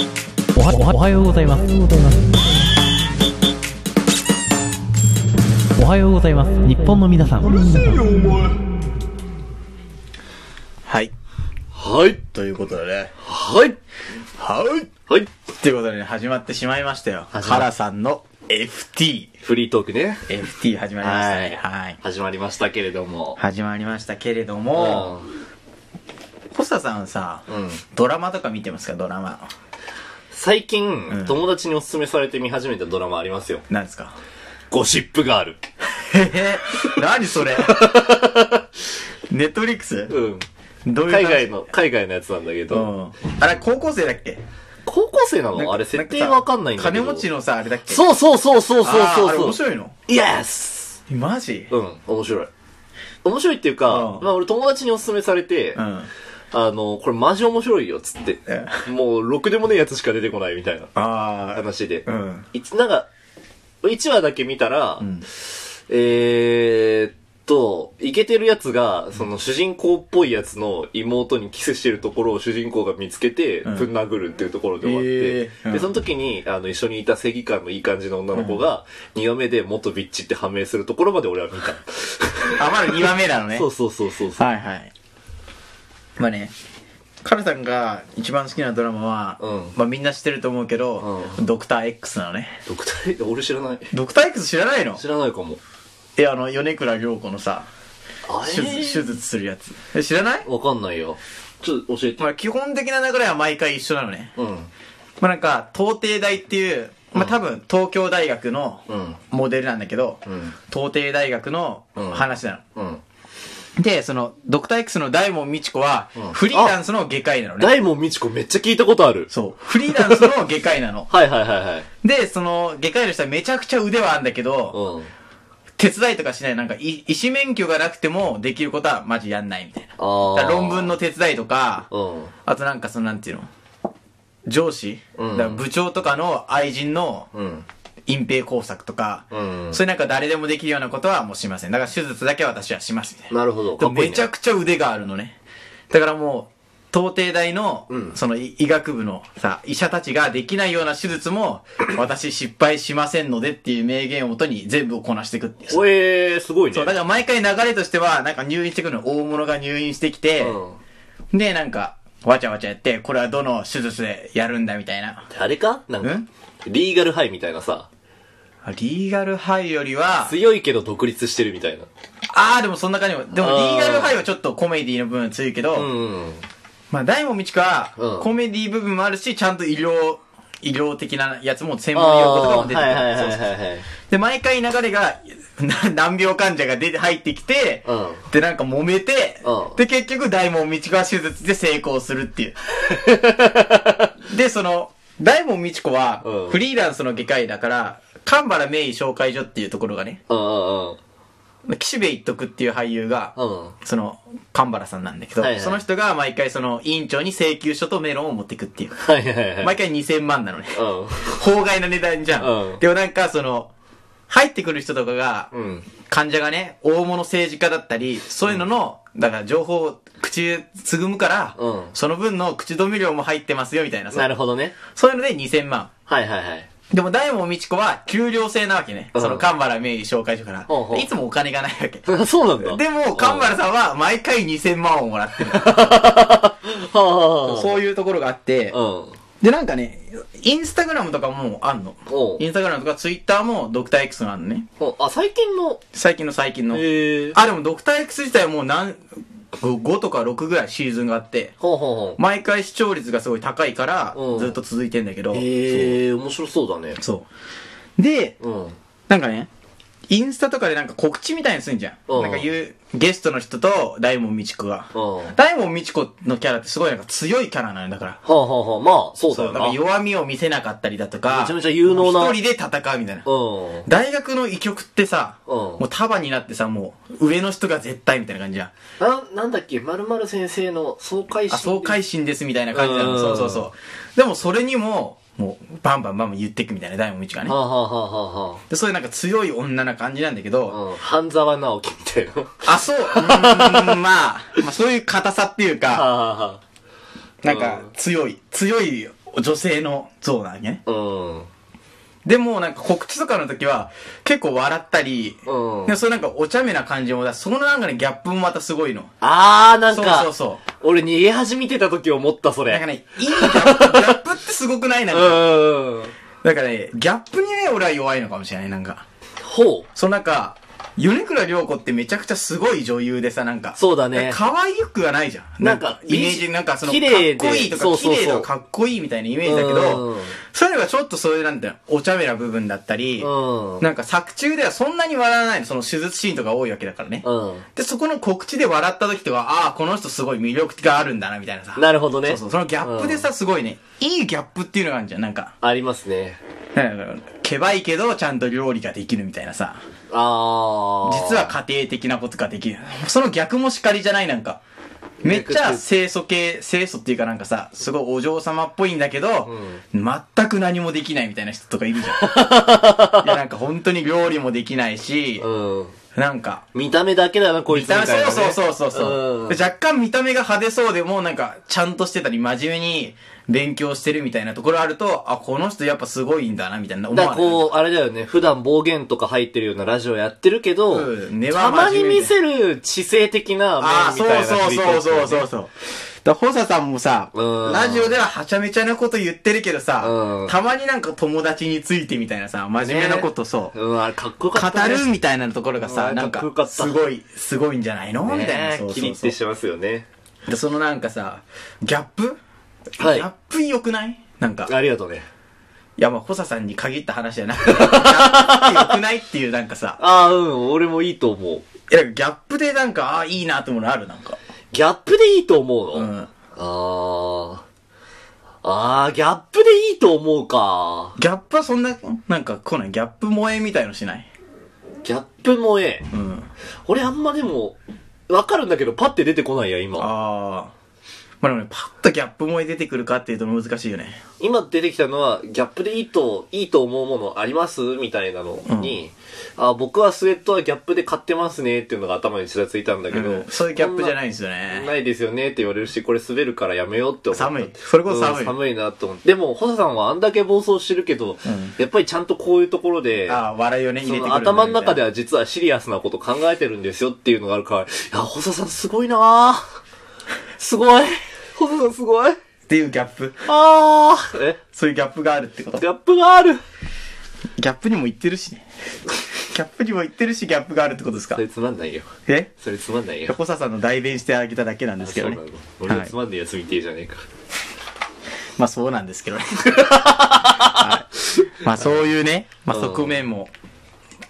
はおはようございます。おはようございます。日本の皆さん。はい。はい。ということでね。はい。はい。はい。ということでね、始まってしまいましたよ。始まカラさんの FT。フリートークね。 FT 始まりましたね。はい。始まりましたけれども。始まりましたけれどうも、ポスターさんさ、ん。うん。ドラマとか見てますかドラマ。最近、ん友達にお勧めされて見始めたドラマありますよ。何ですかゴシップガール。へへ、何そ れネットフリックスうん。どういう海外の、海外のやつなんだけど。の。うん。あれ、高校生だっけ高校生ななんのかあれ設定わかんないんだけど。金持ちのさ、あれだっけうそうそうそうそうそうそうそう。あれそう面そう。白いのイエスマジうん、面白い。面白いっていうかう、んまあ俺友達にお勧めされて、うん。あの、これマジ面白いよ、つって。もう、ろくでもねえやつしか出てこないみたいなあー。話でう。ん。いつ、なんか、1話だけ見たら、んえーっと、イケてるやつが、その主人公っぽいやつの妹にキスしてるところを主人公が見つけて、うんぶん殴るっていうところで終わって、えーうんで、その時に、あの、一緒にいた正義感のいい感じの女の子が、2話目で元ビッチって判明するところまで俺は見た。あ、まだ2話目なのね。そうそうそうそうそう。はいはい。まあね、カルさんが一番好きなドラマは、うんまあみんな知ってると思うけど、ドクター X なのね。ドクター、俺知らない。ドクター X 知らないの知らないかも。え、あの、米倉涼子のさ、あ手れ術手術するやつ。え知らないわかんないよ。ちょっと教えて。まあ基本的な流れは毎回一緒なのね。うん。まあなんか、東帝大っていう、まあ多分東京大学のうん。モデルなんだけど、うん。東帝大学の話なの。うん。で、その、ドクター X の大門みち子はうん、フリーランスの外科医なのね。大門みちこめっちゃ聞いたことある。そう。フリーランスの外科医なの。 はいはいはいはい。で、その、外科医の人はめちゃくちゃ腕はあるんだけど、うん。手伝いとかしない、なんかい、医師免許がなくてもできることはマジやんないみたいな。あだあ。から論文の手伝いとか、うん。あとなんかその、なんていうの上司、うんだから部長とかの愛人のうん。隠蔽工作とか、うん。そういうなんか誰でもできるようなことはもうしません。だから手術だけは私はしますみたいな。なるほど。でかもっこいい、めね。ちゃくちゃ腕があるのね。だからもう、東帝大の、うんその医医学部のさ、医者たちができないような手術 も、私失敗しませんのでっていう名言をもとに全部をこなしていくっていう。おえー、すごいね。そう、だから毎回流れとしては、なんか入院してくるの、大物が入院してきて、うん。で、なんか、わちゃわちゃやって、これはどの手術でやるんだみたいな。あれかなんかん、リーガルハイみたいなさ、あリーガルハイよりは、強いけど独立してるみたいな。あーでもそんな感じも、でもリあーーガルハイはちょっとコメディの部分強いけど、うん。まあ、大門みちかうはん、コメディ部分もあるし、ちゃんと医療、医療的なやつも、専門用語とかも出てくはいる。はいはいそうそうはいはい。で、毎回流れが、な難病患者が出て、入ってきて、うんで、なんか揉めて、うんで、結局、大門みちかは手術で成功するっていう。 で、その、大門みちこはうん、フリーランスの外科医だから、神原名医紹介所っていうところがね、うんうん岸辺一徳っていう俳優が、うん。うん。その、神原さんなんだけど、はいはいその人が毎回その、委員長に請求書とメロンを持っていくっていう。はいはいは毎い。回2000万なのね。 うん。法外な値段じゃん。うんでもなんかその、入ってくる人とかが、うん。患者がね、大物政治家だったり、そういうのの、だから情報を口つぐむから、うんその分の口止め料も入ってますよ、みたいななさ。るほどね。そういうので2000万。はいはいはい。でも大門みち子は給料制なわけね。うんその神原名医紹介所からほうほ。ういつもお金がないわけ。あ そうなんだ。でうも、ん神原さんは毎回2000万をもらってる。はあはあはあそういうところがあって、うん。で、なんかね、インスタグラムとかもあんの。おうインスタグラムとかツイッターもドクター X のあんのね。おあ、最近の、最近の最近の。ええ。あ、でもドクター X 自体はもう何、5, 5とか6ぐらいシーズンがあって、ほうほうほう。毎回視聴率がすごい高いからう、んずっと続いてんだけど、ええ、面白そうだね。そう。で、うん。なんかね、インスタとかでなんか告知みたいにすんじゃうんん。なんか言う、ゲストの人と大門みちこが。うん。大門みちこのキャラってすごいなんか強いキャラなのよ、だから。はあはあはあ、まあ、そうだそう、よだな。からう弱みを見せなかったりだとか、めちゃめちゃ有能な一人で戦うみたいな。ん。大学の医局ってさ、うんもう束になってさ、もう、上の人が絶対みたいな感じじゃん。な、なんだっけ、まるまる先生の総会あ、総会心。心ですみたいな感じなうの。んそうそうそう。でもそれにも、もう、バンバンバンバン言っていくみたいな、大門みちがねは。あ、はあはあはで、そういうなんか強い女な感じなんだけど、あ、うん。半沢直樹みたいな。はあ、 そう、うーん、まあ、まあそういう硬さっていうあか、はあはあ。なんか強い、強い女性の像なわけね。うん。でもなんか告知とかの時は結構笑ったり、うんでもそれなんかお茶目な感じも出す。そのなんかね、ギャップもまたすごいの。あー、なんか、そうそうそ。俺逃げ恥見てた時思った、そうれ。なんかね、いいギャップ、ギャップってすごくないなうんか。ん。だからね、ギャップにね、俺は弱いのかもしれない、なんか。ほう。そのなんか、米倉涼子ってめちゃくちゃすごい女優でさ、なんか。そうだね可愛くはないじゃん。なんかイメージ、なんかその、か綺っこ麗でいいとかそう、そうそう綺麗だかっこいいみたいなイメージだけどうん、そういうのがちょっとそういう、なんていうの、お茶目な部分だったり、うん。なんか作中ではそんなに笑わないの、その手術シーンとか多いわけだからね。うで、そこの告知で笑った時とか、ああ、この人すごい魅力があるんだな、みたいなさ。ん。なるほどね。そうそう、そのギャップでさ、すごいね、いいギャップっていうのがあるじゃん、なんか。ありますね。なんかけばいけど、ちゃんと料理ができるみたいなさ。あー。実は家庭的なことができる。その逆も叱りじゃないなんか。めっちゃ清楚系、清楚っていうかなんかさ、すごいお嬢様っぽいんだけど、全く何もできないみたいな人とかいるじゃ ん。いやなんか本当に料理もできないし、うん。なんか、見た目だけだな、こいつみたいな、ね。そうそうそうそう、んで若干見た目が派手そうでもなんかちゃんとしてたり真面目に勉強してるみたいなところあるとあこの人やっぱすごいんだなみたいな思だからわれるこう、あれだよね、普段暴言とか入ってるようなラジオやってるけど、うん根たはま真に面目見でせる知性的なああ面みそうたいな。そうそうそうそううそうだからホサさんもさ、うんラジオでははちゃめちゃなこと言ってるけどさ、うんたまになんか友達についてみたいなさ、真面目なことそう、うん、あれかっこよかった、語ね。るみたいなところがさ、うんなんかっかこよかったすごい、すごいんじゃないの、ねみたいな。そうそうそうキリってしますよね。でそのなんかさ、ギャップ、はいギャップ良くないなんか。ありがとうね。いや、まあ、ホサさんに限った話じゃなく て、ギャップって良くないっていうなんかさ、ああ、うん、俺もいいと思う。いや、ギャップでなんか、ああ、いいなってものあるなんか。ギャップでいいと思ううの、ん。ああ。ああ、ギャップでいいと思うか。ギャップはそんな、なんか来ない。ギャップ萌えみたいのしないギャップもええ。うん。俺あんまでも、わかるんだけど、パって出てこないや、今。ああ。まあでもね、パッとギャップ萌え出てくるかっていうと難しいよね。今出てきたのは、ギャップでいいと、いいと思うものありますみたいなのに、あ、僕はスウェットはギャップで買ってますねっていうのが頭にちらついたんだけど、うんそういうギャップじゃないんいですよね。ないですよねって言われるし、これ滑るからやめようって思った。寒いそれこそ寒いうん寒いなと思って。でも、ホサさんはあんだけ暴走してるけど、やっぱりちゃんとこういうところで、ああ、笑いをね、入それてくのる。頭の中では。は実はシリアスなこと考えてるんですよっていうのがあるから、いや、ホサさんすごいなぁ。すごい。ホサさんすごい。っていうギャップ。あー。えそういうギャップがあるってこと。ギャップがある。ギャップにも言ってるしね。 ギャップにも言ってるし、ギャップがあるってことですかそ。れつまんないよ。えそれつまんないよ。ホサさんの代弁してあげただけなんですけそどうなねの。俺ははいつまんないやつ見てえじゃねえか。まあそうなんで すけどね。はいまあそういうね、まあうん側面も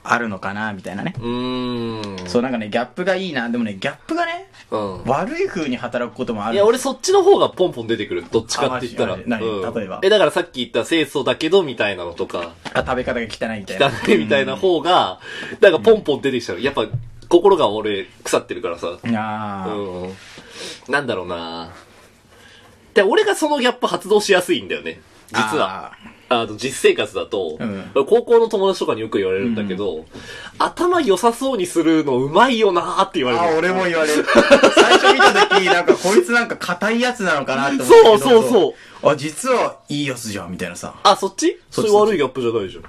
あるのかな、みたいなね。うーん。そうなんかね、ギャップがいいな。でもね、ギャップがね、う悪い風に働くこともん。ある。いや、俺そっちの方がポンポン出てくる。どっちかって言ったあら。マジマジ何うん例えばえ、だからさっき言った清楚だけどみたいなのとか、あ食べ方が汚いみたいだな。ねみたいな方が、なんかポンポン出てきちゃう。やっぱ、心が俺、腐ってるからさ。あーうん。なんだろうなで、俺がそのギャップ発動しやすいんだよね。実は。。ああの、実生活だと、うん高校の友達とかによく言われるんだけど、頭良さそうにするのうまいよなーって言われーある。ー、俺も言われる。最初見た時、なんかこいつなんか硬いやつなのかなって思ったけど。。そうそうそうあ、実はいいやつじゃん、みたいなさ。あ、そっちそそっちれ悪いギャップじゃないじゃん。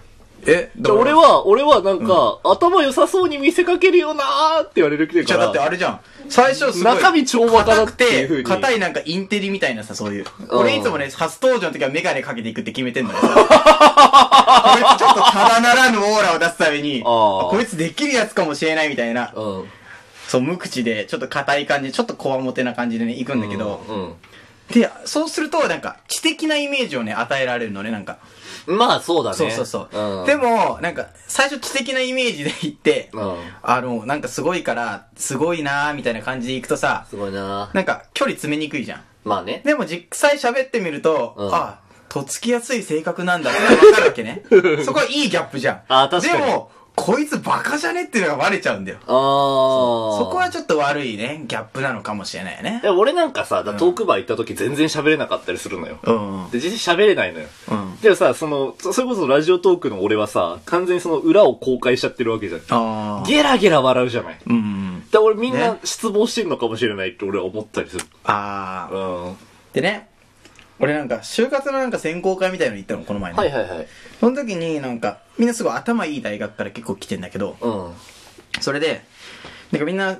え、じゃあ俺は、俺はなんか、頭良さそうに見せかけるよなーって言われるけじゃあだってら、あれじゃん。最初すごい。中身超わだ硬っくていう風に。て、硬い。いなんかインテリみたいなさ、そういう。うん俺いつもね、初登場の時はメガネかけていくって決めてん のよ。こいつちょっとただならぬオーラを出すために、あーあこいつできるやつかもしれないみたいな、うん。そう無口で、ちょっと硬い感じ、ちょっとこわもてな感じでね、行くんだけど、うで、そうするとなんか知的なイメージをね、与えられるのね、なんか。ん。まあ、そうだね。そうそうそう。んで、も、なんか、最初知的なイメージで行って、うん。あの、なんかすごいから、すごいなーみたいな感じで行くとさ、すごいなーなんか距離詰めにくいじゃん。まあね。でも実際喋ってみると、うんあ、とっつきやすい性格なんだってわかるわ けね。そこはいいギャップじゃん。あ確かにでも、こいつバカじゃねっていうのがバレちゃうんだよ。あー。そこはちょっと悪いね、ギャップなのかもしれないねで。俺なんかさ、だトークバー行った時全然喋れなかったりするのよ。うん。うん。で、実際喋れないのよ。あでもさ、その、そそれこそラジオトークの俺はさ、完全にその裏を公開しちゃってるわけじゃん。あー。ゲラゲラ笑うじゃない。うん。で、俺みんなね失望してんのかもしれないって俺は思ったりする。あうあ。ん。でね、俺なんか、就活のなんか選考会みたいのに行ったの、この前ね。はいはいはい。その時になんか、みんなすごい頭いい大学から結構来てんだけど、うん。うん。それで、なんかみんな、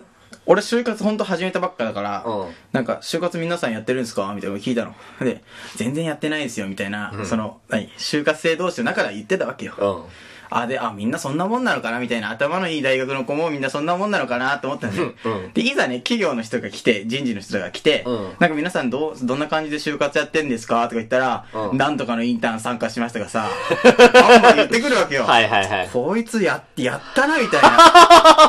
俺就活ほんと始めたばっかだから、うんなんか、就活皆さんやってるんですかみたいなの聞いたの。で、全然やってないですよ、みたいな、その、何、就活生同士の中で言ってたわけよ。あ、で、あ、みんなそんなもんなのかなみたいな、頭のいい大学の子もみんなそんなもんなのかなと思ったんで、うんで、いざね、企業の人が来て、人事の人が来て、うんなんか皆さんどう、どんな感じで就活やってんですかとか言ったら、うんなんとかのインターン参加しました がさ、あんま言ってくるわけよ。はいはいはい。こいつや、やったな、みたいな。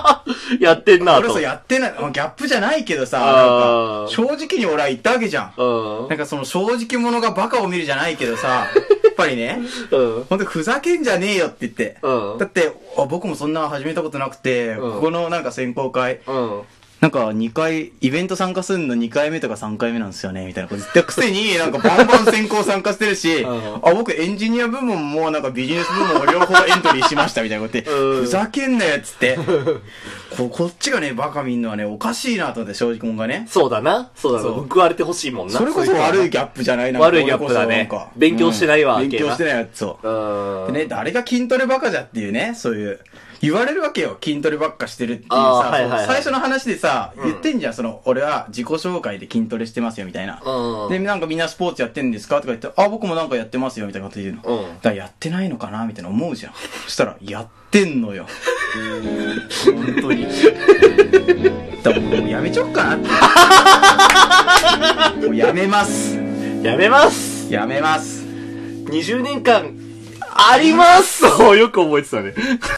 やってんな俺と。そうやってない、もうギャップじゃないけどさ、あなんかー正直に俺は言ったわけじゃん。うん。なんかその正直者がバカを見るじゃないけど さ、やっぱりね、うん。ほんとふざけんじゃねえよって言って。うんだって、あ僕もそんな始めたことなくて、うんここのなんか選考会、うん。なんか2回、イベント参加するの2回目とか3回目なんですよね、みたいなこと言ったくせに、なんかバンバン選考参加してるし、 うんあ、僕エンジニア部門もなんかビジネス部門も両方エントリーしましたみたいなこと言って、うんふざけんなよっつ って。ここっちがね、バカ見んのはね、おかしいなと思って、正直者がね。そうだな。そうだな。そう報われてほしいもんな。それこそ悪いギャップじゃないな悪いギャップだねこれこそなんか勉強してないわうん勉強してないわそう。うん。でね、誰が筋トレバカじゃっていうね、そういう、言われるわけよ、筋トレばっかしてるっていうあーさ、はいそのはいはい最初の話でさ、ん言ってんじゃん、その、俺は自己紹介で筋トレしてますよ、みたいな。うん。で、なんかみんなスポーツやってんですかとか言って、あ、僕もなんかやってますよ、みたいなこと言うの。うんだからやってないのかなみたいな思うじゃん。そしたら、やってんのよ。本当に。だからもうやめちゃおっかな って。もうやめます。やめますやめます。 !20 年間、ありますよく覚えてたね。